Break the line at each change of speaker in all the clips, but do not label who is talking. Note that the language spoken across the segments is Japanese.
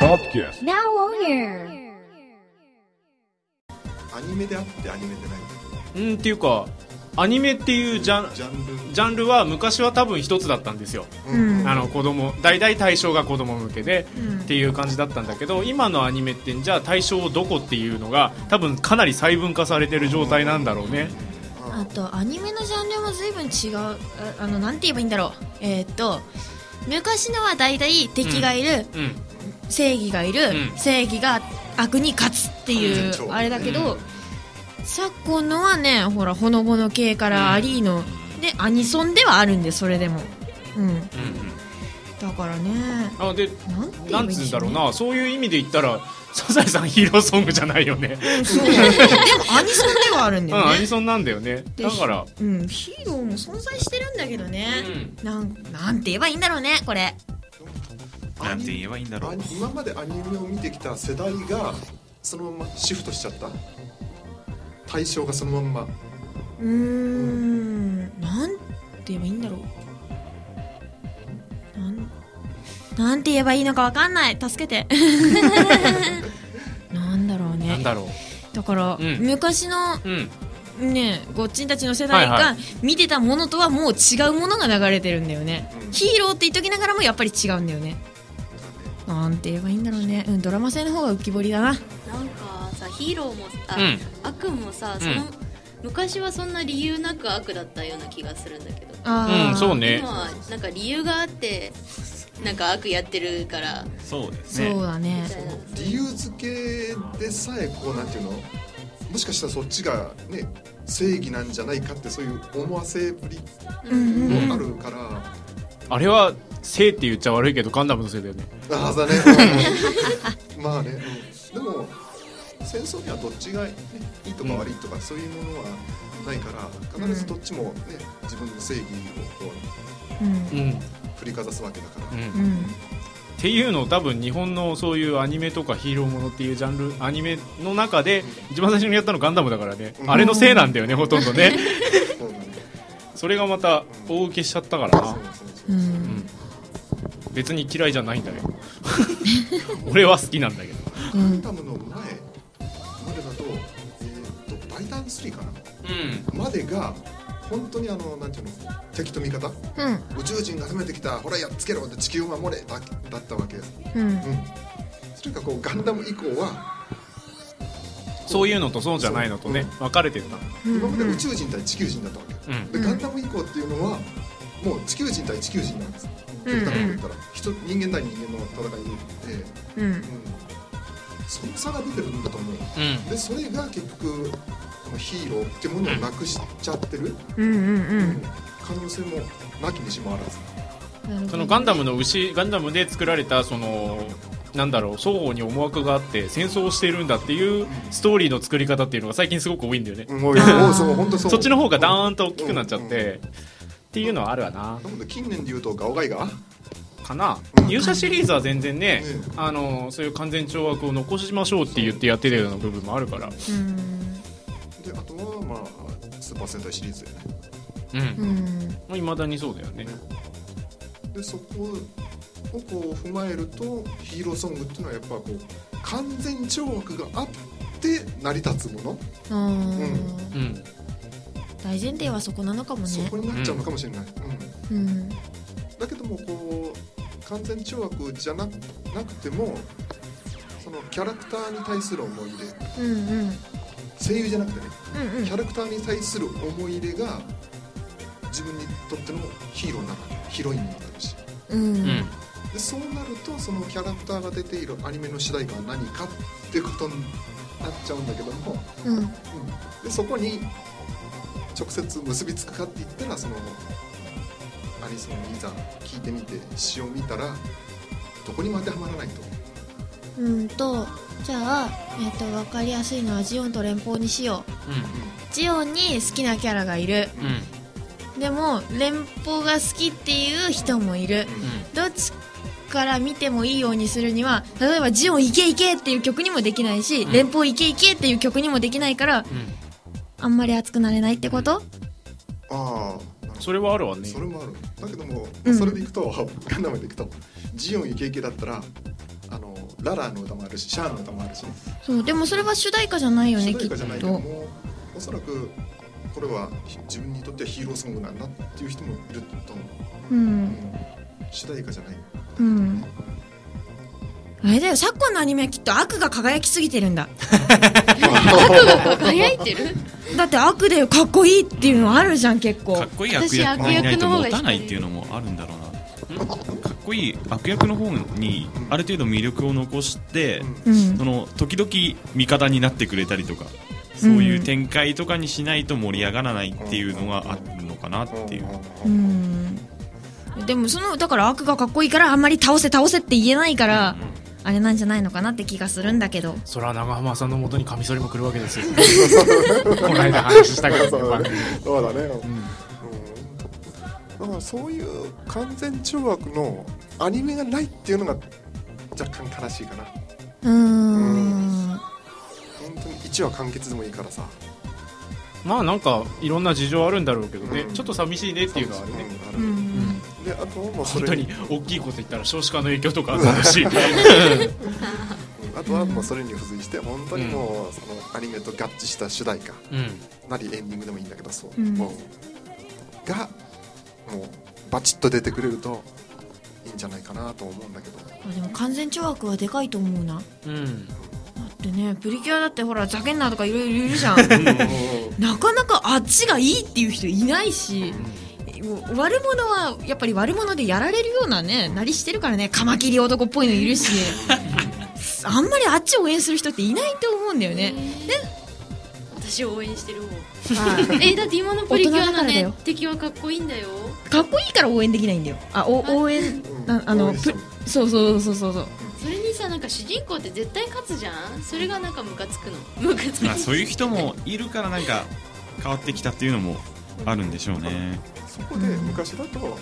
Podcast.
Now on air.
アニメであってアニメでないんだよね
うんっていうかアニメっていうジャン
ジャンル
ジャンルは昔は多分一つだったんですよ、
うん
あの子供大体対象が子供向けで、っていう感じだったんだけど今のアニメってじゃあ対象どこっていうのが多分かなり細分化されてる状態なんだろうね、
あとアニメのジャンルも随分違うああのなんて言えばいいんだろうえーっと昔のは大体敵がいる、
うん、
正義がいる、
うん
正義が悪に勝つっていう
うん
あれだけど、昨今のはねほらほのぼの系からアリーノ、でアニソンではあるんでそれでもうんだからね
あで
なんて言
な
え
んつうん
ばいい
ん
でし
だ
ょう
ろう
ね
なそういう意味で言ったらサザエさんヒーローソングじゃないよね
でもアニソンではあるん
う
だ
ん
よ
ア
ね
ニソンなんだよね
で
だから、
うん、ヒーローも存在してるんだけどね、
う
なんなんて言えばいいんだろうねこれ
なんて言えばいいんだろう
アニ今までアニメを見てきた世代がそのままシフトしちゃった対象がそのまんま
うーんなんて言えばいいんだろうなんなんて言えばいいのかわかんない 助けてなんだろう
なん
ね
だろ
だから、
うん
昔の
ううん
ねごっちんたちの世代
はいは
が見てたものとはもう違うものが流れてるんだよね、
うん
ヒーローって言っときながらもやっぱり違うんだよねなんて言えばいいんだろうね、うん、ドラマ性の方が浮き彫りだな
なんかさヒーローもさ、
うん
悪もさその、
うん
昔はそんな理由なく悪だったような気がするんだけど
あー
うんそうね
今はなんか理由があってなんか悪やってるから
そうですね
そうだね
みたいな
理由付けでさえこうなんていうのもしかしたらそっちがね正義なんじゃないかってそういう思わせぶり
うんうん
もあるから、
あれは性って言っちゃ悪いけどガンダムのせいだよね
ああだねうんまあね、うんでも戦争にはどっちが、ね、いいとか悪いとかそういうものはないから必ずどっちも、ね、自分の正義をこう
うん
うん、うん、っ
振りかざすわけだから、
うん
ていうのを多分日本のそういうアニメとかヒーローものっていうジャンルアニメの中で一番最初にやったのガンダムだからね、
うん
あれのせいなんだよねほとんどね
そうなんだ
それがまた大受けしちゃったからな
そうそうそう
う
うん
ん
別に嫌いじゃないんだけど 俺は好きなんだけど
ガンダムの前までだと,、えー、とバイタン3かな
う
までが本当にあのなんていうの敵と味方
うん
宇宙人が攻めてきたほらやっつけろ地球を守れだだったわけ、うん、
うん
それがこうガンダム以降は
んそういうのとそうじゃないのとね分かれてった
今まで宇宙人対地球人だったわけ、
うん
でガンダム以降っていうのはもう地球人対地球人なんです極端なこと言ったら、人人間対人間の戦いになって、うん、
うん
その差が出てるんだと思う
うん
でそれが結局このヒーローってものをなくしちゃってる、
うんうん
可能性もなきにしもあらず
うん
そのガンダムの牛ガンダムで作られたそのなんだろう双方に思惑があって戦争をしているんだっていうストーリーの作り方っていうのが最近すごく多いんだよね、
もうもうそう本当そう
そっちの方がダー
ン
ンと大きくなっちゃって、っていうのはあるわ
な
な
ので近年で言うとガオガイガ
かな、
うん
勇者シリーズは全然ね、
うん
あのそういう完全懲悪を残しましょうって言ってやってるような部分もあるから
うん
であとはまあスーパー戦隊シリーズだよね
うん
う
も
ん
ういまだにそうだよね
でそこをこう踏まえるとヒーローソングっていうのはやっぱこう完全懲悪があって成り立つもの、
あー
うん
うん
大前提はそこなのかも
そ
ね
こになっちゃうのかもしれない、うん
うん
だけどもこう完全懲悪じゃななくてもそのキャラクターに対する思い入れ
うんうん
声優じゃなくてね
うんうん
キャラクターに対する思い入れが自分にとってのヒーローになるヒロインになるし
うん
うん
でそうなるとそのキャラクターが出ているアニメの主題歌は何かってことになっちゃうんだけども、
うん
うんでそこに直接結びつくかって言ったらそのアニソンをいざ聞いてみて詩を見たらどこにも当てはまらないと
うんとじゃあえっ、とわかりやすいのはジオンと連邦にしようジオンに好きなキャラがいる
うん
でも連邦が好きっていう人もいるどっちから見てもいいようにするには例えば「ジオンイケイケ」っていう曲にもできないし「
うん
連邦イケイケ」っていう曲にもできないから
うんうん
あんまり熱くなれないってこと
ああなる
それはあるわね
それもあるだけども、
うん
それでいくと ガンダムでいくとジオンイケイケだったらあのララの歌もあるしシャアの歌もあるしね
そうでもそれは主題歌じゃないよ
主
ねき
題
っ
歌じゃないけど
と
もおそらくこれはひ自分にとってはヒーローソングなんだっていう人もいると思う、
う
うんん、主題歌じゃない
うんあれだよ昨今のアニメはきっと悪が輝きすぎてるんだ
輝いて る
だって悪でかっこいいっていうのあるじゃん結構
かっこいい悪
私
役がいないと持たな
悪役の方が惹か
い
れる
っていうのもあるんだろうなかっこいい悪役の方にある程度魅力を残して、
う
そ
ん
の時々味方になってくれたりとかそういう展開とかにしないと盛り上がらないっていうのがあるのかなっていう、
うんでもそのだから悪がかっこいいからあんまり倒せ倒せって言えないからあれなんじゃないのかなって気がするんだけど
そら長浜さんのもとにカミソリも来るわけですよこの間話したけどやっぱり
そうだね、だからそういう完全懲悪のアニメがないっていうのが若干悲しいかな
うーん
本当に1話完結でもいいからさ
まあなんかいろんな事情あるんだろうけどね、
うん
ちょっと寂しいねっていうのはある
うん
ね、
あ
う
る
ん
であとはもうそ
本当
れ
に
に
大きいこと言ったら少子化の影響とかあるし
うんあとはもうそれに付随して本当にもうそのアニメと合致した主題歌
うん
なりエンディングでもいいんだけどそう、
うん
もうがもうバチッと出てくれるといいんじゃないかなと思うんだけど
あでも完全懲悪はでかいと思うなだ
うん
ってねプリキュアだってほらザケンナーとかいろいろいるじゃんなかなかあっちがいいっていう人いないし悪者はやっぱり悪者でやられるようなねなりしてるからねカマキリ男っぽいのい るしあんまりあっちを応援する人っていないと思うんだよね
私応援してる方えだって今のプリキュアの
大人だからだ
ね
よ
敵はかっこいいんだよ
かっこいいから応援できないんだよあお応援
うん
ああの
応援しても
プそうそうそうそうそう
それにさなんか主人公って絶対勝つじゃんそれがなんかムカつくのムカつく
まあ、そういう人もいるからなんか変わってきたっていうのもあるんでしょうね
そこで昔だと、
うん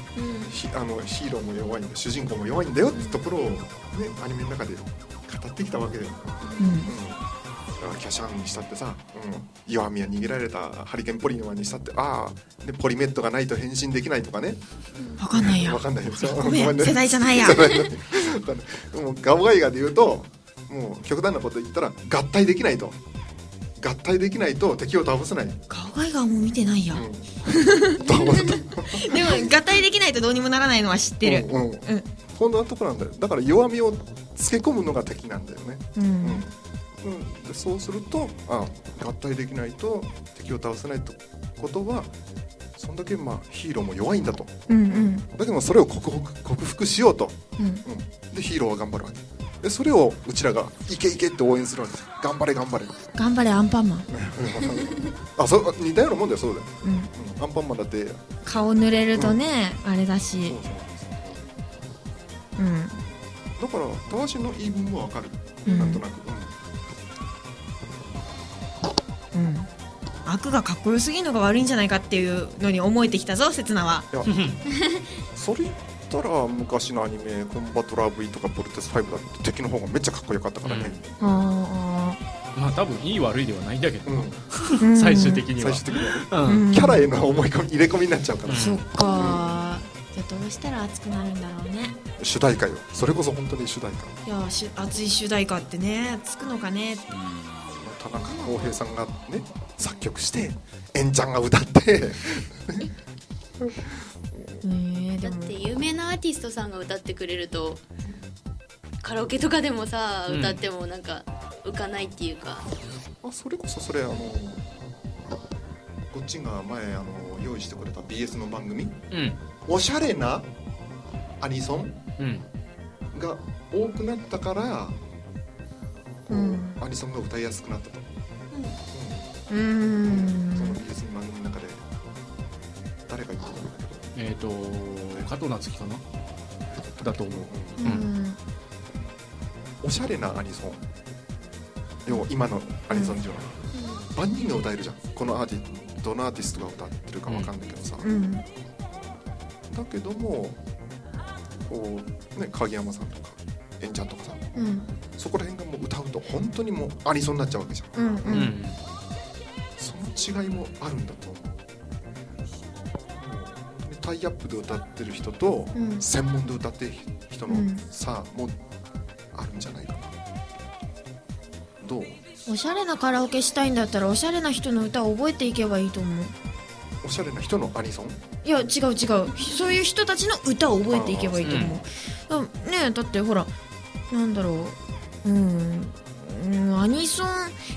ひあのヒーローも弱いんだ主人公も弱いんだよってところを、ね、アニメの中で語ってきたわけだよ、
うん
うん、だからキャシャンにしたってさ、うん、弱みは逃げられたハリケーンポリノアにしたってああでポリメットがないと変身できないとかね
わかんないや
わかんないですよ
ごめん
ね
世代じゃ ないや
もうガオガイガで言うともう極端なこと言ったら合体できないと合体できないと敵を倒せない、うん、
ガオガイガーも見てないや
どうだっ
でも合体できないとどうにもならないのは知ってる
うんうん、こんなとこなんだよだから弱みをつけ込むのが敵なんだよね、
う
うん
ん
うん、でそうするとあ合体できないと敵を倒せないとことはそんだけまあヒーローも弱いんだと
うんうん
だけどそれを克服克服しようと、
うん
うん、でヒーローは頑張るわけでそれをうちらが「いけいけ」って応援するわけ頑張れ頑張れ
頑張れアンパンマン
あそう似たようなもんだよそうだよ、
うん
うん、アンパンマンだってそう
顔濡れるとねあれだ
そ
し
う
うん
だから高橋の言い分もわかる、
うん
なんとなく、うん
うん悪がかっこよすぎるのが悪いんじゃないかっていうのに思えてきたぞ刹那はい
やそれ言ったら昔のアニメ「コンバトラー V」とか「ボルテス5」だって敵の方がめっちゃかっこよかったからね、
あ
まあ多分いい悪いではないんだけど、
うん
あ
最終的には
最終的にはね、
うん
うん
キャラへの思い込み入れ込みになっちゃうから、
そっかじゃあどうしたら熱くなるんだろうね
主題歌よそれこそ本当に主題歌
いやし熱い主題歌ってねつくのかね
田中康平さんがね作曲してエンちゃんが歌って
ねえ
だっ
でも
て有名なアーティストさんが歌ってくれるとカラオケとかでもさ
うん
歌ってもなんか浮かないっていうか、
あそれこそそれあのこっちが前あの用意してくれた BS の番組
うん
おしゃれなアニソン
うん
が多くなったから、こう
うん
アニソンが歌いやすくなったと、
う
う
ー
んその
ん
BS の番組の中で誰か言ってたんだけど
えっ、と加藤夏樹かなだと思う
う
うん
ん
おしゃれなアニソン要は今のアニソンっていうのは、万人が歌えるじゃんこのアーティどのアーティストが歌ってるかわかんないけどさ、
うん
だけどもこうね影山さんとかえんちゃんとかさ
うん
そこら辺がもう歌うと本当にもうアニソンになっちゃうわけじゃん
うんう
うんん
その違いもあるんだと思うタイアップで歌ってる人と、
うん
専門で歌ってる人の
うん
差もあるんじゃないかなどう
おしゃれなカラオケしたいんだったらおしゃれな人の歌を覚えていけばいいと思う
おしゃれな人のアニソン
いや違う違うそういう人たちの歌を覚えていけばいいと思う、だねえだってほらなんだろううんうんアニソン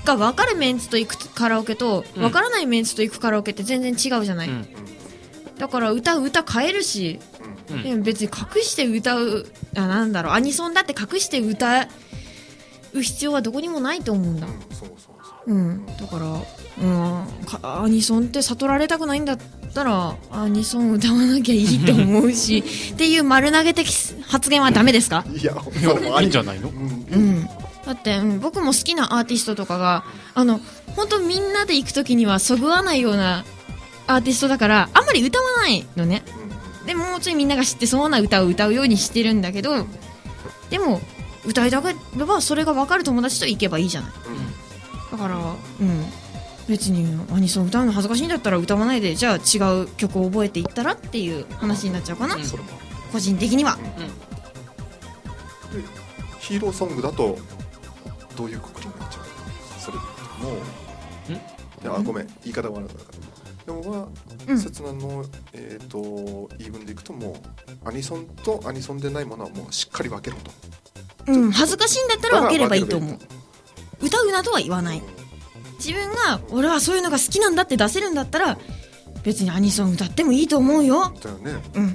が分かるメンツと行くカラオケと
うん
分からないメンツと行くカラオケって全然違うじゃない、
うん
だから歌う歌変えるし、
う
うん
ね別に隠して歌うあなんだろうアニソンだって隠して歌う必要はどこにもないと思うんだ
ん、うん、そうそうそう
うん、だから、うん、かアニソンって悟られたくないんだったらアニソン歌わなきゃいいと思うしっていう丸投げ的発言はダメですか、
いや
いやいいんじゃないの
うん
うん、だって、うん、僕も好きなアーティストとかがあの本当みんなで行く時にはそぐわないようなアーティストだからあんまり歌わないのねでもうちょいみんなが知ってそうな歌を歌うようにしてるんだけどでも歌いたければそれが分かる友達と行けばいいじゃない
うんうん
だから、うん、別にアニソン歌うの恥ずかしいんだったら歌わないでじゃあ違う曲を覚えていったらっていう話になっちゃうかな、
うん
それも
個人的には
あるでヒーローソングだとどういうくくりになっちゃうそれもういやあごめん言い方悪かったでもま
う
あ
ん
刹那の、えー、と言い分でいくともうアニソンとアニソンでないものはもうしっかり分けろと
うん、恥ずかしいんだったら分ければいいと思
分
う
ければ
歌うなとは言わない自分が俺はそういうのが好きなんだって出せるんだったら別にアニソン歌ってもいいと思うよ
だよね
うん
う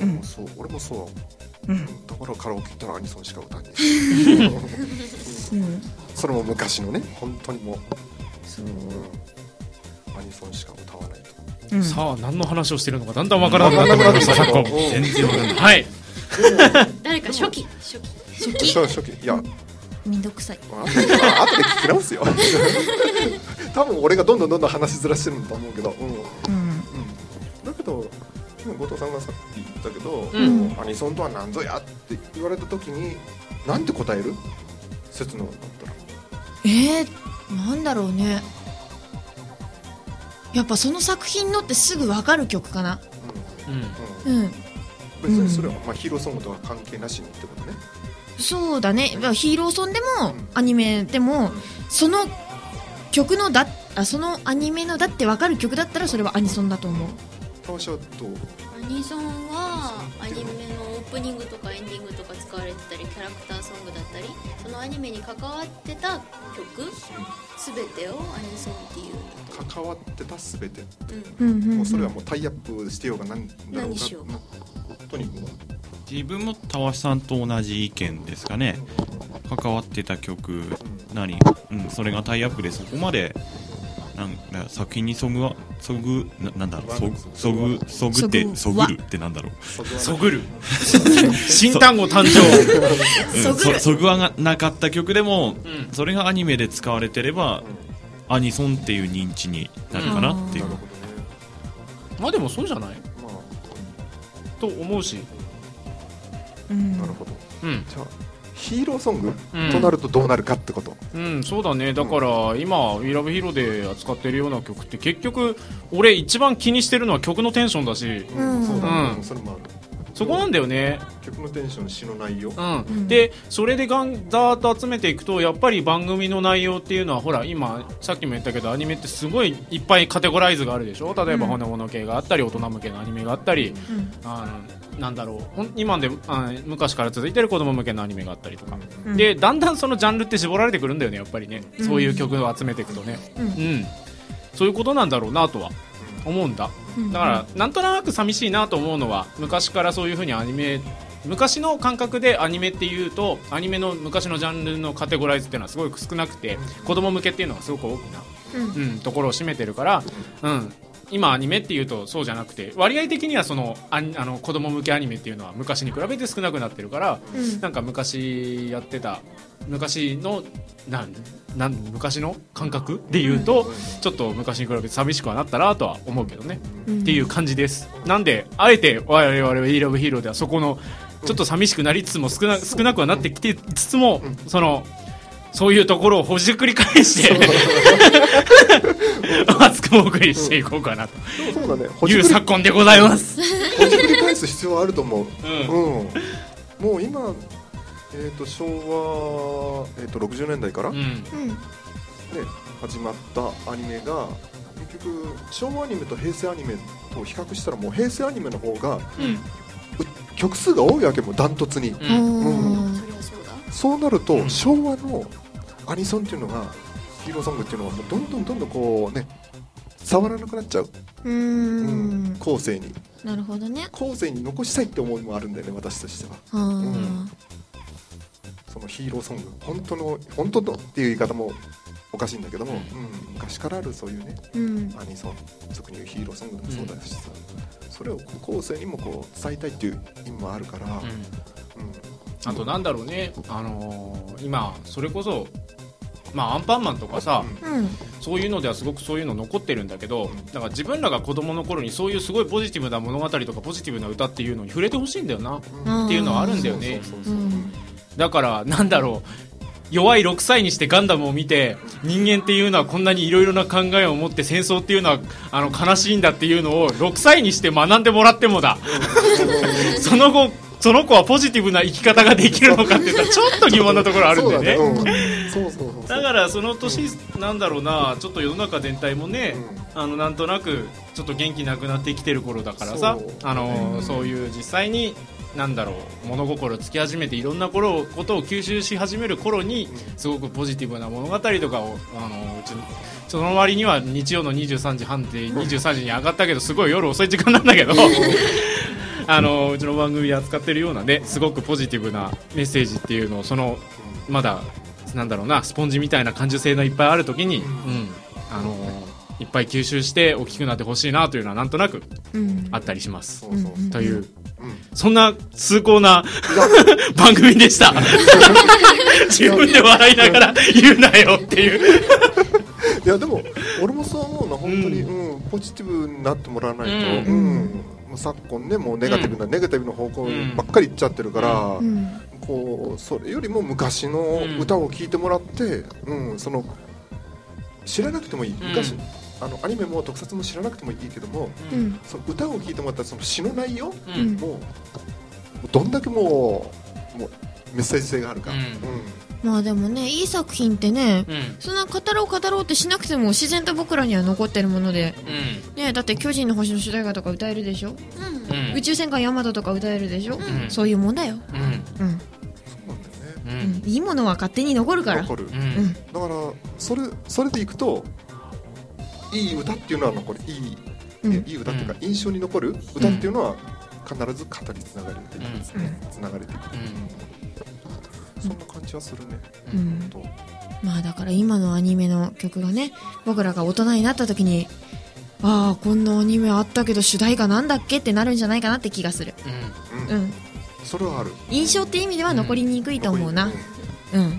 うん
ん、そう俺もそうだもん
うん、
だからカラオケ行ったらアニソンしか歌 わない
うん、
それも昔のね本当にもう
そう、
うんアニソンしか歌わないと
うん、
さあ何の話をしてるのかだんだんわからなくなってくる昨今
全然わかんない
はい
誰か初期初期
初
初
期
期初期いや
めんどくさい
あ後で聞き直 すよ多分俺がどんどんどんどん話しずらしてるんだと思うけど、うんうん、
うん
だけど今後藤さんがさっき言ったけど、
ん
もうアニソンとは何ぞやって言われた時になんて答える説のだったら
えー、なんだろうねやっぱその作品のってすぐ分かる曲かな
うん
う
うん
ん、うん、別にそれは、まあ、ヒーローソングとは関係なしにってことね
そうだねまあヒーローソンで
う
も
ん
アニメでも
ん
その曲のだあそのアニメのだってわかる曲だったらそれはアニソンだと思う
タワシはどう
アニソンはアニメのオープニングとかエンディングとか使われてたりキャラクターソングだったりそのアニメに関わってた曲全てをアニソンっていう
関わってた全て、
う
うんうん
もうそれはもうタイアップしてようが何だろう
何
が
しようが
とにかく
自分もたわしさんと同じ意見ですかね関わってた曲何、うん、それがタイアップでそこまでなんだ作品にそぐわそぐななんだろうそぐそぐそぐってそ
そぐ
ぐ
わ
るってなんだろう
そぐる新単語誕生
うんそそぐわがなかった曲でも、
ん
それがアニメで使われてれば、アニソンっていう認知になるかなっていう、
なるほどね
まあでもそうじゃない
ま
と思うし
うん
あなるほど
うん
じゃあヒーローソング
うん
となるとどうなるかってこと、
うん、そうだねだから今「WeLoveHero」で扱ってるような曲って結局俺一番気にしてるのは曲のテンションだし
うん
そうだ、
うん
それもある
そこなんだよね
曲のテンション詩の内容
うん
ん
でそれでガンザーッと集めていくとやっぱり番組の内容っていうのはほら今さっきも言ったけどアニメってすごいいっぱいカテゴライズがあるでしょ例えば
うん
ほのぼの系があったり大人向けのアニメがあったり、
うん
あのなんだろうほん今であ昔から続いてる子供向けのアニメがあったりとか、
うん
でだんだんそのジャンルって絞られてくるんだよねやっぱりね、
うん
そういう曲を集めていくとね、
うん
うん、そういうことなんだろうなとは思うんだ
うん
だからなんとなく寂しいなと思うのは昔からそういう風にアニメ昔の感覚でアニメっていうとアニメの昔のジャンルのカテゴライズっていうのはすごく少なくて子供向けっていうのがすごく大きな、
うん
うん、ところを占めてるから、うん、今アニメっていうとそうじゃなくて割合的にはそのああの子供向けアニメっていうのは昔に比べて少なくなってるから、
うん
なんか昔やってた昔のなんなん昔の感覚で言うと、ちょっと昔に比べて寂しくはなったなとは思うけどね、
うん
っていう感じですなんであえて我々 WeLoveHero ではそこのちょっと寂しくなりつつも少な少なくはなってきてつつも、そのそういうところをほじくり返して 熱くお送りしていこうかなと
そうだねほ
い
じ
う
くり
昨今でございます。
ほじくり返す必要はあると思う
うん
うん、もう今、えー、と昭和、えー、と60年代から、
う
ね、
ん
うん
始まったアニメが結局昭和アニメと平成アニメと比較したらもう平成アニメの方が曲数が多いわけもダントツに、
う
うんん
それはそうだ
そうなると、
うん
昭和のアニソンっていうのがヒーローソングっていうのはもうどんどんどんどんこうね触らなくなっちゃう、
う
うん後世に
なるほどね
後世に残したいって思いもあるんだよね私としては
あー
そのヒーローソング本当の本当のっていう言い方もおかしいんだけども、うん昔からあるそういうね
うん
アニソン俗に言うヒーローソングでもそうだしさ、それを後世にもこう伝えたいっていう意味もあるから、うん
うんあとなんだろうね、あのー今それこそ、まあ、アンパンマンとかさ、
うん
そういうのではすごくそういうの残ってるんだけど
ん
だから自分らが子供の頃にそういうすごいポジティブな物語とかポジティブな歌っていうのに触れてほしいんだよな
うん
っていうのはあるんだよね
そうそう
う
そうそうん
だからなんだろう弱い6歳にしてガンダムを見て人間っていうのはこんなにいろいろな考えを持って戦争っていうのはあの悲しいんだっていうのを6歳にして学んでもらってもだその後その子はポジティブな生き方ができるのかって言ったらちょっと疑問なところあるんだよね。
そうだうんそうそうそうそう
だからその年、なんだろうなちょっと世の中全体もね、あのなんとなくちょっと元気なくなってきてる頃だからさ
そう
あの、
うん
そういう実際になんだろう物心つき始めていろんな頃ことを吸収し始める頃に
う
すごくポジティブな物語とかをあのうちその割には日曜の23時半で23時に上がったけどすごい夜遅い時間なんだけど あのうちの番組で扱ってるようなねすごくポジティブなメッセージっていうのをそのまだなんだろうなスポンジみたいな感受性のいっぱいある時に、うんあのーいっぱい吸収して大きくなってほしいなというのはなんとなく
うん
あったりします。
そうそうそう
うん
という
うん
そんな崇高な番組でした。自分で笑いながら言うなよっていう。
いやでも俺もそう思うな本当に、
う
うんポジティブになってもらわないと、う
う
んんもう昨今ねもうネガティブな、ネガティブな方向
うん
ばっかり行っちゃってるから、
うん
こうそれよりも昔の歌を聴いてもらって、うんその知らなくてもいい
ん
昔、あのアニメも特撮も知らなくてもいいけども
うん
その歌を聴いてもらったらその詩の内容、
う
う
ん
ん
もうどんだけもうもうメッセージ性があるか、
うん
まあでもねいい作品ってね
うん
そんな語ろう語ろうってしなくても自然と僕らには残ってるものでねだって巨人の星の主題歌とか歌えるでしょ
うん
うんうん
宇宙戦艦ヤマトとか歌えるでしょ
ん
そういうもんだよ
うん
そう
うん
なんだよね
う
うん
ん
いいものは勝手に残るから
わかる、
う
だか
うんん
らそれそれでいくといい歌っていうのは残るいい、
うん
いい歌っていうか印象に残る歌っていうのは必ず語りつながれていくんですね、つながれていくそんな感じはするね、
うん
と
まあだから今のアニメの曲がね僕らが大人になった時にああこんなアニメあったけど主題歌なんだっけってなるんじゃないかなって気がする
うん
うん
うん
それはある
印象って意味では残りにくいと思うな
残り
うん
うんはっ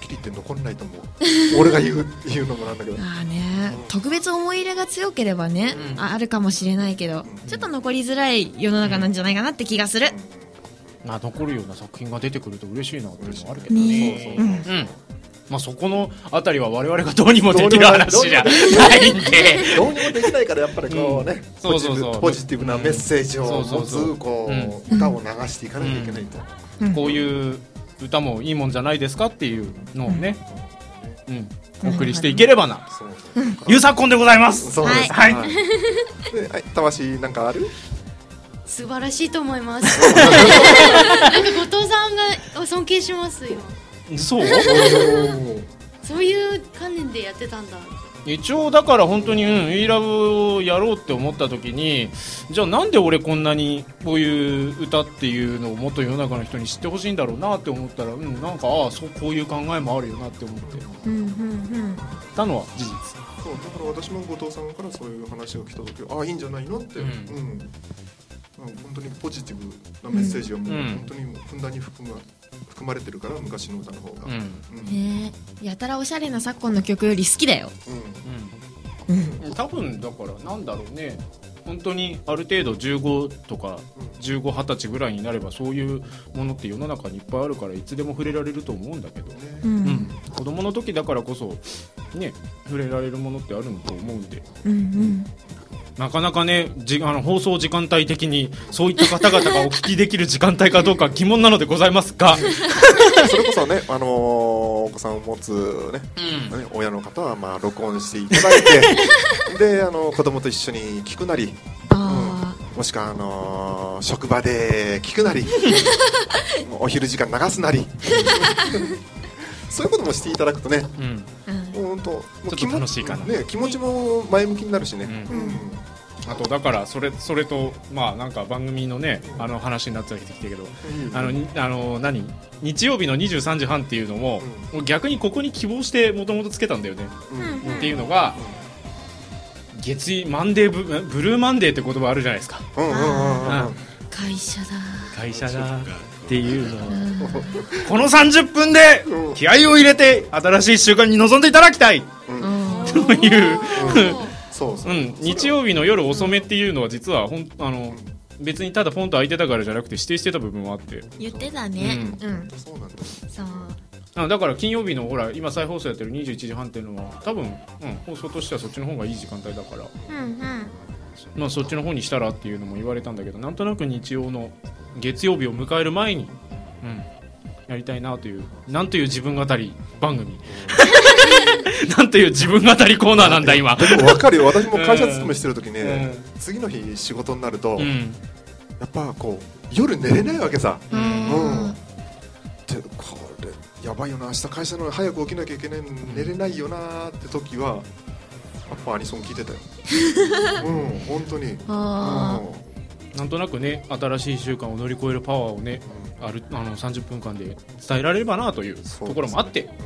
きり言って残んないと思う俺が言う言うのもなんだけど
ああね特別思い入れが強ければね
うん
ああるかもしれないけど
うん
ちょっと残りづらい世の中なんじゃないかなって気がする
まあ残るような作品が出てくると嬉しいなっていうのはあるけど
ね
ね。
そうそうそう
うんまあ、そこのあたりは我々がどうにもできる話じゃないんで。
どうにもできないからやっぱりこうね、
うん
ポジティブ
そうそうそう
ポジティブなメッセージ
そ
を
うそ
持
うそう
つこう、
うん
歌を流していかなきゃいけないと、
うん
こういう歌もいいもんじゃないですかっていうのをね、うん、お送りしていければな。
そう
ゆうさこんでございます。
そうです
はい
はいではい、魂なんかある？
素晴らしいと思いますなんか後藤さんが尊敬しますよ
そう。
そういう観念でやってたんだ
一応だから本当に、うん、イラブをやろうって思った時に、じゃあなんで俺こんなにこういう歌っていうのをもっと世の中の人に知ってほしいんだろうなって思ったら、うん、なんかああそうこういう考えもあるよなって思って
うんうん
たのは事実。
そうだから私も後藤さんからそういう話が来た時はあいいんじゃないのって、
う
うんんまあ本当にポジティブなメッセージはもう、
うん
本当にもうふんだんに含ま含まれてるから昔の歌の方が、
うん。
うん
うんねえやたらおしゃれな昨今の曲より好きだよ
うん。
うん
多分だからなんだろうね本当にある程度15とか1520歳ぐらいになればそういうものって世の中にいっぱいあるからいつでも触れられると思うんだけど
ね
うん
うん子供の時だからこそね触れられるものってあるんと思うんで
うんうん
なかなかねじあの放送時間帯的にそういった方々がお聞きできる時間帯かどうか疑問なのでございますが、
それこそね、あのーお子さんを持つね、ね親の方はまあ録音していただい てで、あの子供と一緒に聞くなり
あ
もしくはあのー職場で聞くなりもうお昼時間流すなりそういうこともしていただくとね
うん、
ーうん
本当
ちょっと楽しいかな
ね、気持ちも前向きになるしね、
う
うん
あとだからそれそれとまあなんか番組のねあの話になっちゃってきたけどあのにあの何日曜日の23時半っていうのも,、もう逆にここに希望してもともとつけたんだよね、
うんうん
うん
っていうのが月曜マンデーブブルーマンデーって言葉あるじゃないですか
うんうんうん
会社だ
会社だっていうのを
うん
この30分で
うん
気合を入れて新しい週間に臨んでいただきたい
うんうん
うん
という、
そうそうう、
ん、日曜日の夜遅めっていうのは実はほんあの別にただポンと空いてたからじゃなくて指定してた部分もあって、
言ってたね、
うん
そうなんだ
そう
あだから金曜日のほら今再放送やってる21時半っていうのは多分、うん、放送としてはそっちの方がいい時間帯だから、
うんうん
まあ、そっちの方にしたらっていうのも言われたんだけどなんとなく日曜の月曜日を迎える前に、うん、やりたいなという なんという自分語り番組なんという自分語りコーナーなんだ今。
でも分かるよ私も会社勤めしてる時ね、
う
次の日仕事になると、
う
や
ん
っぱこう夜寝れないわけさ、
う
うん
ん
でこれやばいよな明日会社なのに早く起きなきゃいけないのに寝れないよなって時はやっぱアニソン聞いてたようん本当に
あー
なんとなくね新しい1週間を乗り越えるパワーをねあるあの30分間で伝えられればなというところもあって、
うん、うん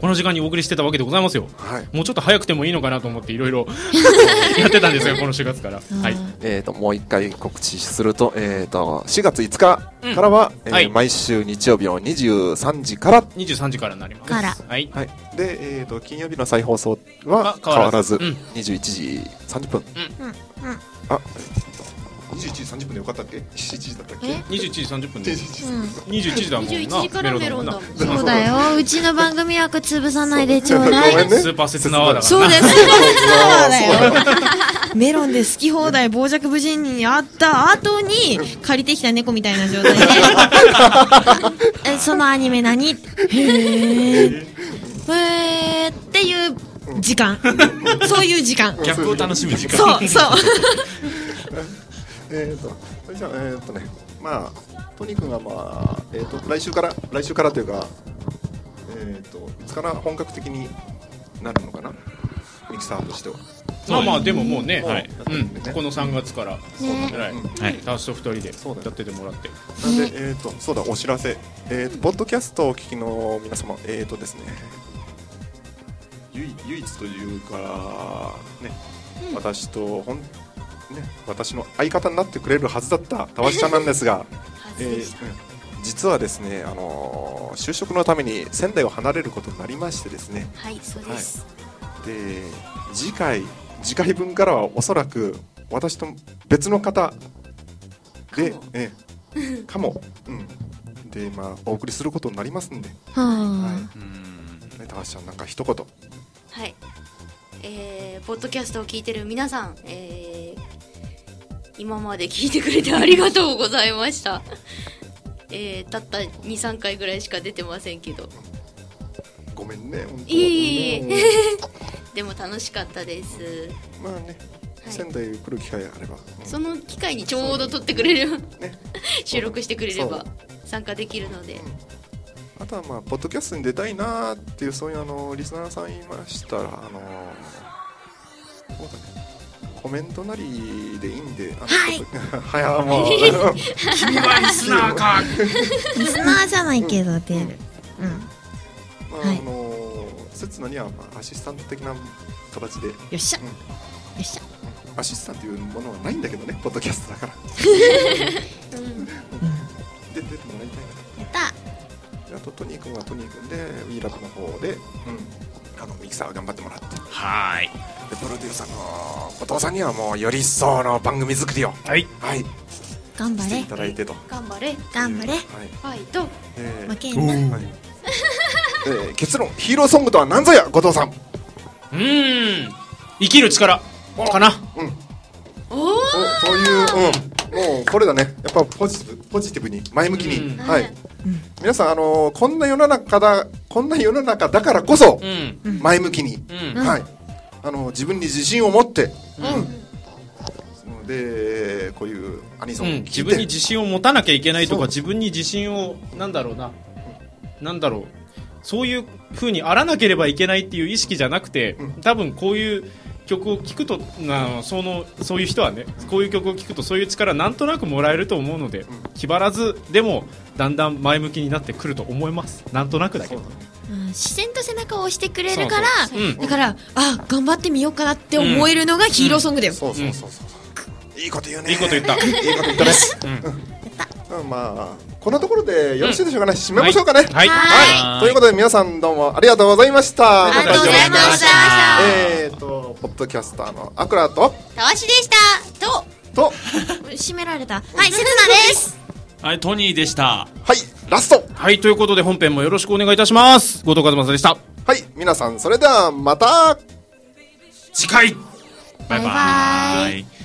この時間にお送りしてたわけでございますよ
はい
もうちょっと早くてもいいのかなと思っていろいろ やってたんですがこの4月から、はい、
えー、ともう一回告知すると,、えー、と4月5日からは、えー
はい
毎週日曜日の23時から、
23時からになります
から
はい
はいでえー、と金曜日の再放送は
あ
変
変
わ
わ
ら
ら
ず
ず
21時30分、
うんうん
あ21時30分でよかったっけ7時だったっけ
え
21時30分です
うん
21時だもんな
21時からメロンだもん
メ
そう
そうだようちの番組枠潰さないでちょうだ
ごめん
い
ね
スーパー節なわだから
そう
な
ですスーパーセ
そうだ
ンターだよメロンで好き放題傍若無人に会った後に借りてきた猫みたいな状態でえそのアニメ何へーへーっていう時間そういう時間
ギャップを楽しむ時間
そうそう
えー、とそれじゃあえー、とねまあトニー君がまあ、えー、と来週から来週からというかえー、といつから本格的になるのかなミキサーとしては
まあまあでももうね、
もう
はいうん、この3月からぐらい、
ね
はい
タスと2人で
そうだね
やっててもらって
なんで、えー、とそうだお知らせ、えー、とポッドキャストをお聞きの皆様えー、とですね唯唯一というかね、私とほん、ね、私の相方になってくれるはずだったたわしちゃんなんですが、
発
え
生
ー
した、
実はですね、あのー就職のために仙台を離れることになりましてですね
はいそうです、
で次回次回分からはおそらく私と別の方で
かも
ええかも、うん、でまあお送りすることになりますんで、
は
うーん
ね、高橋さんなんか一言
はい、えー、ポッドキャストを聞いてる皆さん、えー、今まで聞いてくれてありがとうございました、えー、たった23回ぐらいしか出てませんけど
ごめんね本当
いえいえいえ
うん
でも楽しかったです、
まあね
はい
仙、台来る機会があれば、うん
その機会にちょうど撮ってくれる
ね、
収録してくれれば
そ
参加できるので
あとはまあポッドキャストに出たいなーっていうそういうあのリスナーさんいましたらあのーそうだねコメントなりでいいんで はいはいあもう
君はリスナーか
いリスナーじゃないけど出るうん
まあ
はい
あのー刹那にはまあアシスタント的な形で
よっしゃ
うん
よっしゃ
アシスタントというものはないんだけどねポッドキャストだから で出てもらいたいな
やった
あとトニー君はトニー君で WeLab の方で、あのミキサー頑張ってもらってで
はーい
プロデューサーの後藤さんにはもうより一層の番組作りを
はい
はい
頑張
してい
れ
ただいてと
頑張れ
頑張れ
はい
ファイト
で
負けんな
はいえー結論ヒーローソングとは何ぞや後藤さん
うーん生きる力かな
うん
おー
おという、うん、もうこれだねやっぱポジティブポジティブに前向きに、
うん
はい、
はい
皆さん、あのーこんな世の中だこんな世の中だからこそ
うん
前向きに、
うん
ん
はいあのー自分に自信を持って、
うん
うんでこういうアニソン
う
を
ん、
聞
自
い
分に
て、
自信を持たなきゃいけないと
そ
か
う
自分に自信をなんだろうななんだろうそういう風にあらなければいけないっていう意識じゃなくて
うん
多分こういう曲を聴くとなそのそういう人はねこういう曲を聴くとそういう力なんとなくもらえると思うので気張らずでもだんだん前向きになってくると思いますなんとなくだけど
うん自然と背中を押してくれるから
そうそうそううん
だからあ頑張ってみようかなって思えるのがヒーローソングだよ、
そうそうそうそういいこと言うね
いいこと言った
いいこと言ったねうんまあこんなところでよろしいでしょうかね、締めましょうかね、
はい
はいということで皆さんどうもありがとうございましたあ
りがとうございました
えーとポッドキャスターのアクラと
たわしでしたと
と
締められたはいせつなです
はい、トニーでした。
はいラスト
はいということで本編もよろしくお願いいたします後藤和正でした
はい皆さんそれではまた
次回
バイバ
バイバ
イ。